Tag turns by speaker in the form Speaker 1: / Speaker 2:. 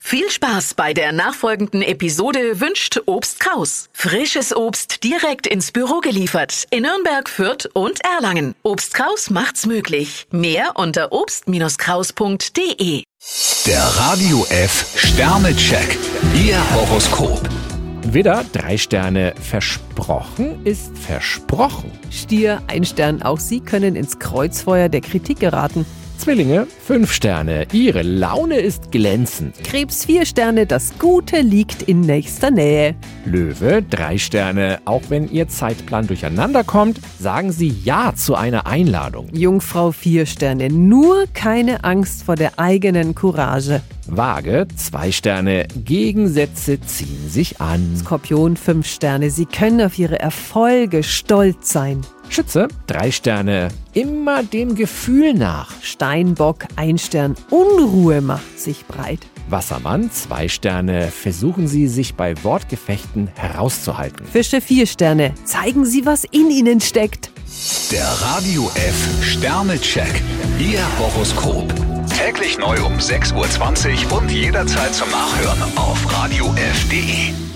Speaker 1: Viel Spaß bei der nachfolgenden Episode wünscht Obst Kraus. Frisches Obst direkt ins Büro geliefert in Nürnberg, Fürth und Erlangen. Obst Kraus macht's möglich. Mehr unter obst-kraus.de.
Speaker 2: Der Radio F Sternecheck. Ihr Horoskop.
Speaker 3: Widder, drei Sterne. Versprochen ist versprochen.
Speaker 4: Stier, ein Stern, auch Sie können ins Kreuzfeuer der Kritik geraten.
Speaker 3: Zwillinge, fünf Sterne. Ihre Laune ist glänzend.
Speaker 4: Krebs, vier Sterne, das Gute liegt in nächster Nähe.
Speaker 3: Löwe, drei Sterne. Auch wenn Ihr Zeitplan durcheinander kommt, sagen Sie Ja zu einer Einladung.
Speaker 4: Jungfrau, vier Sterne, nur keine Angst vor der eigenen Courage.
Speaker 3: Waage, zwei Sterne. Gegensätze ziehen sich an.
Speaker 4: Skorpion, fünf Sterne, Sie können auf Ihre Erfolge stolz sein.
Speaker 3: Schütze, drei Sterne. Immer dem Gefühl nach.
Speaker 4: Steinbock, ein Stern, Unruhe macht sich breit.
Speaker 3: Wassermann, zwei Sterne. Versuchen Sie, sich bei Wortgefechten herauszuhalten.
Speaker 4: Fische, vier Sterne, zeigen Sie, was in Ihnen steckt.
Speaker 2: Der Radio F Sternecheck. Ihr Horoskop. Täglich neu um 6.20 Uhr und jederzeit zum Nachhören auf Radio radiof.de.